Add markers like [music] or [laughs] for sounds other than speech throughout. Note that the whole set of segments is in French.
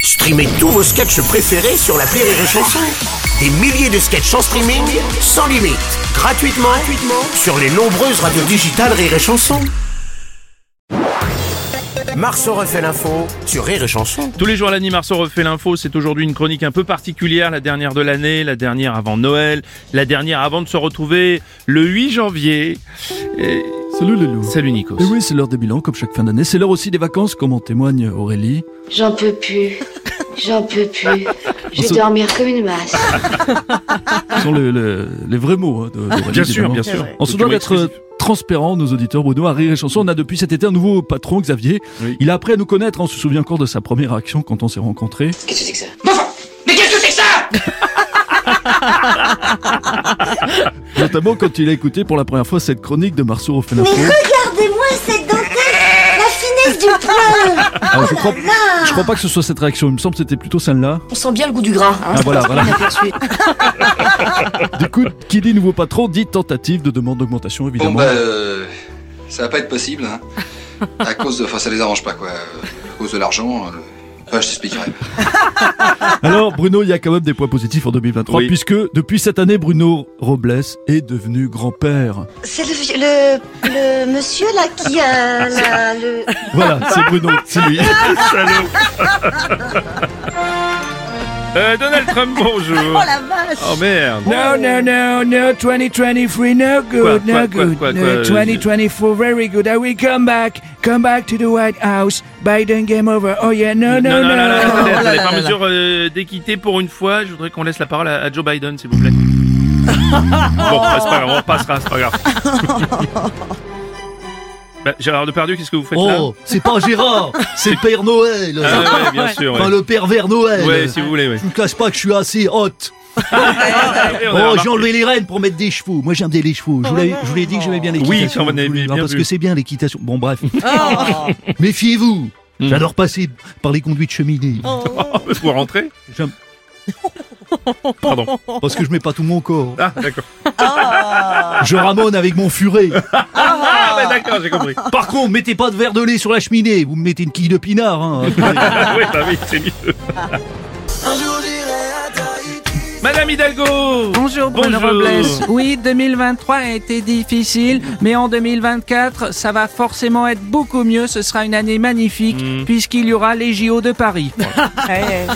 Streamez tous vos sketchs préférés sur la Rire et Chanson. Des milliers de sketchs en streaming, sans limite, gratuitement, gratuitement sur les nombreuses radios digitales Rire et Chanson. Marceau refait l'info sur Rire et Chanson. Tous les jours, l'année Marceau refait l'info. C'est aujourd'hui une chronique un peu particulière, la dernière de l'année, la dernière avant Noël, la dernière avant de se retrouver le 8 janvier. Et- Salut les loups. Salut Nikos. Et Eh oui, c'est l'heure des bilans, comme chaque fin d'année. C'est l'heure aussi des vacances, comme en témoigne Aurélie. J'en peux plus. J'en peux plus. Je vais se- dormir comme une masse. Ce sont les, les- les vrais mots hein, de- d'Aurélie. Ah, Bien sûr, évidemment. bien sûr. On se Document doit d'être exclusif. euh, transparent, nos auditeurs Bruno, à Rire et Chanson. On a depuis cet été un nouveau patron, Xavier. Oui. Il a appris à nous connaître. hein. On se souvient encore de sa première action quand on s'est rencontrés. Qu'est-ce que c'est que ça Mais enfin, Mais qu'est-ce que c'est que ça Notamment quand il a écouté pour la première fois cette chronique de Marceau refait l'info. Regardez-moi cette dentelle La finesse du point Alors, je crois, je crois pas que ce soit cette réaction. Il me semble que c'était plutôt celle-là. On sent bien le goût du gras, hein Ah, voilà, voilà. inaperçu. Du coup, qui dit nouveau patron dit tentative de demande d'augmentation, Bon évidemment. bah euh, ça va pas être possible hein. à cause de enfin ça les arrange pas quoi Euh, à cause de l'argent euh, enfin, je t'expliquerai. Alors Bruno, il y a quand même des points positifs en 2023 Oui. puisque depuis cette année Bruno Robles est devenu grand-père. C'est le, vi- le, le monsieur là qui a la- le... Voilà, c'est Bruno, c'est lui. Salaud. Euh, Donald Trump, bonjour. [laughs] la vache Oh merde. [laughs] No, no, no, no, 2023, no good, Quoi, quoi, no quoi, good. quoi, no, quoi, euh, 2024, very good. I will come back, come back to the White House. Biden game over. Oh yeah, no, no, no. non, non, non, Oh attendez, là attendez, là par là là. mesure euh, d'équité pour une fois, je voudrais qu'on laisse la parole à, à Joe Biden, s'il vous [laughs] plaît. bon, bah, c'est pas grave, on repassera, c'est pas grave. [laughs] Bah, Gérard Depardieu, qu'est-ce que vous faites Oh. là c'est [laughs] pas Gérard, c'est Père Noël. Ah ouais, ouais, bien sûr. Ouais. le pervers Noël. Ouais, si vous voulez, ouais. Je me cache pas que je suis assez haute. Ah, ouais, on a remarqué. enlevé Oh, les rênes pour mettre des chevaux. Moi, j'aime bien les chevaux. Je vous l'ai- je vous l'ai dit que j'aimais bien ça, on avait bien hein, parce vu. que c'est bien l'équitation. [laughs] Bon, bref. Méfiez-vous. Hmm. J'adore passer par les conduits de cheminée. [laughs] On peut rentrer J'aime- Pardon. Parce que je mets pas tout mon corps. Ah, d'accord. Je ramone avec [laughs] mon furet. Ah, bah, d'accord, j'ai compris. Par contre, mettez pas de verre de lait sur la cheminée. Vous me mettez une quille de pinard. hein. [laughs] Ah, oui, bah oui, c'est mieux. Madame Hidalgo Bonjour Bruno Bonjour. Robles. Oui, 2023 a été difficile, mais en 2024, ça va forcément être beaucoup mieux. Ce sera une année magnifique puisqu'il y aura les JO de Paris. Eh, eh.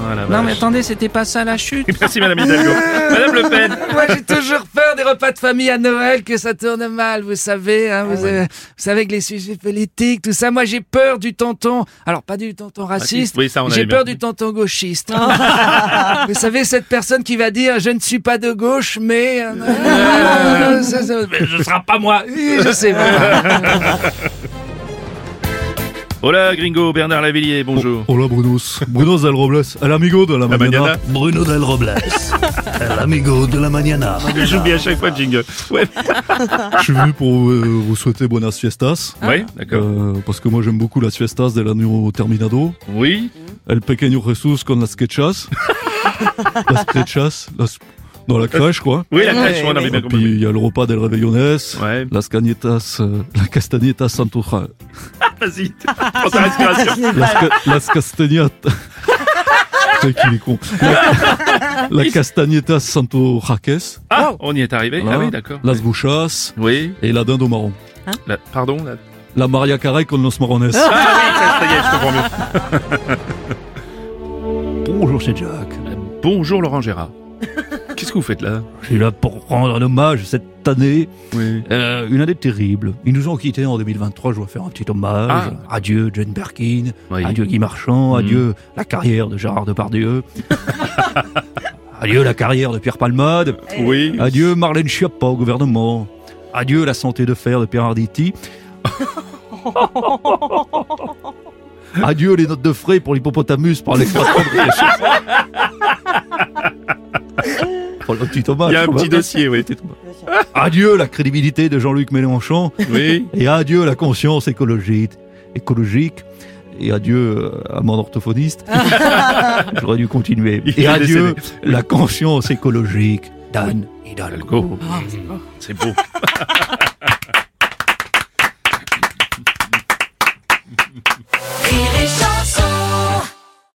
Ah, la Non vache. mais attendez, c'était pas ça la chute. Merci, Madame Hidalgo. Madame Le Pen Moi, j'ai toujours peur des repas de famille à Noël, que ça tourne mal, vous savez. hein, vous, euh, vous savez que les sujets politiques, tout ça. Moi, j'ai peur du tonton. Alors, pas du tonton raciste. Oui, ça, on avait j'ai bien peur compris. du tonton gauchiste. hein. [laughs] vous savez, cette personne qui va dire Je ne suis pas de gauche, mais. [laughs] euh, euh, ça, ça- mais je ne serai pas moi. Oui, je sais. voilà. Hola, gringo, Bernard Lavillier, bonjour. Oh là, Bruno. Bruno Del Robles. El amigo de la, mañana. Bruno Del Robles. El amigo de la mañana. J'oublie à chaque fois le jingle. Ouais, Je suis venu pour euh, vous souhaiter buenas fiestas. Ouais, d'accord. Euh, parce que moi j'aime beaucoup las fiestas del año terminado. Oui. El pequeño Jesús con [laughs] las quechas. las quechas. las- Dans la crèche, quoi. Oui, la crèche, on avait Et bien puis compris. il y a le repas del Rebellones. Ouais. Las cañetas, euh, la castañeta santurra. Vas-y, prends ta respiration. Las, ca- [laughs] las castañetas. Putain, qu'il est con. La, la castañeta santo jaques, Ah, on y est arrivé. Ah Voilà. oui, d'accord. las bouchas Oui, et la dinde au marron. la- pardon. La... La Maria Carey con los marrones. Ah oui, ça y est, je comprends mieux. Bonjour, c'est Jack. Bonjour Laurent Gérard. Qu'est-ce que vous faites là Je suis là pour rendre un hommage cette année. Oui. Euh, une année terrible. Ils nous ont quittés en 2023. Je dois faire un petit hommage. Adieu, Jane Birkin. Ah. Oui. Mm. Adieu, Guy Marchand. Adieu, la carrière de Gérard [laughs] Depardieu. Adieu, la carrière de Pierre Palmade. Oui. Adieu Marlène Schiappa au gouvernement. Adieu la santé de fer de Pierre Arditi. Adieu les notes de frais pour l'hippopotamus par les Pour le petit hommage, Il y a un quand petit même. dossier, oui. Adieu la crédibilité de Jean-Luc Mélenchon. Oui. Et adieu la conscience écologique. écologique. Et adieu à mon orthophoniste. J'aurais dû continuer. Il Et est adieu décédé. la conscience écologique. Dan Hidalgo. Hidalgo. C'est beau.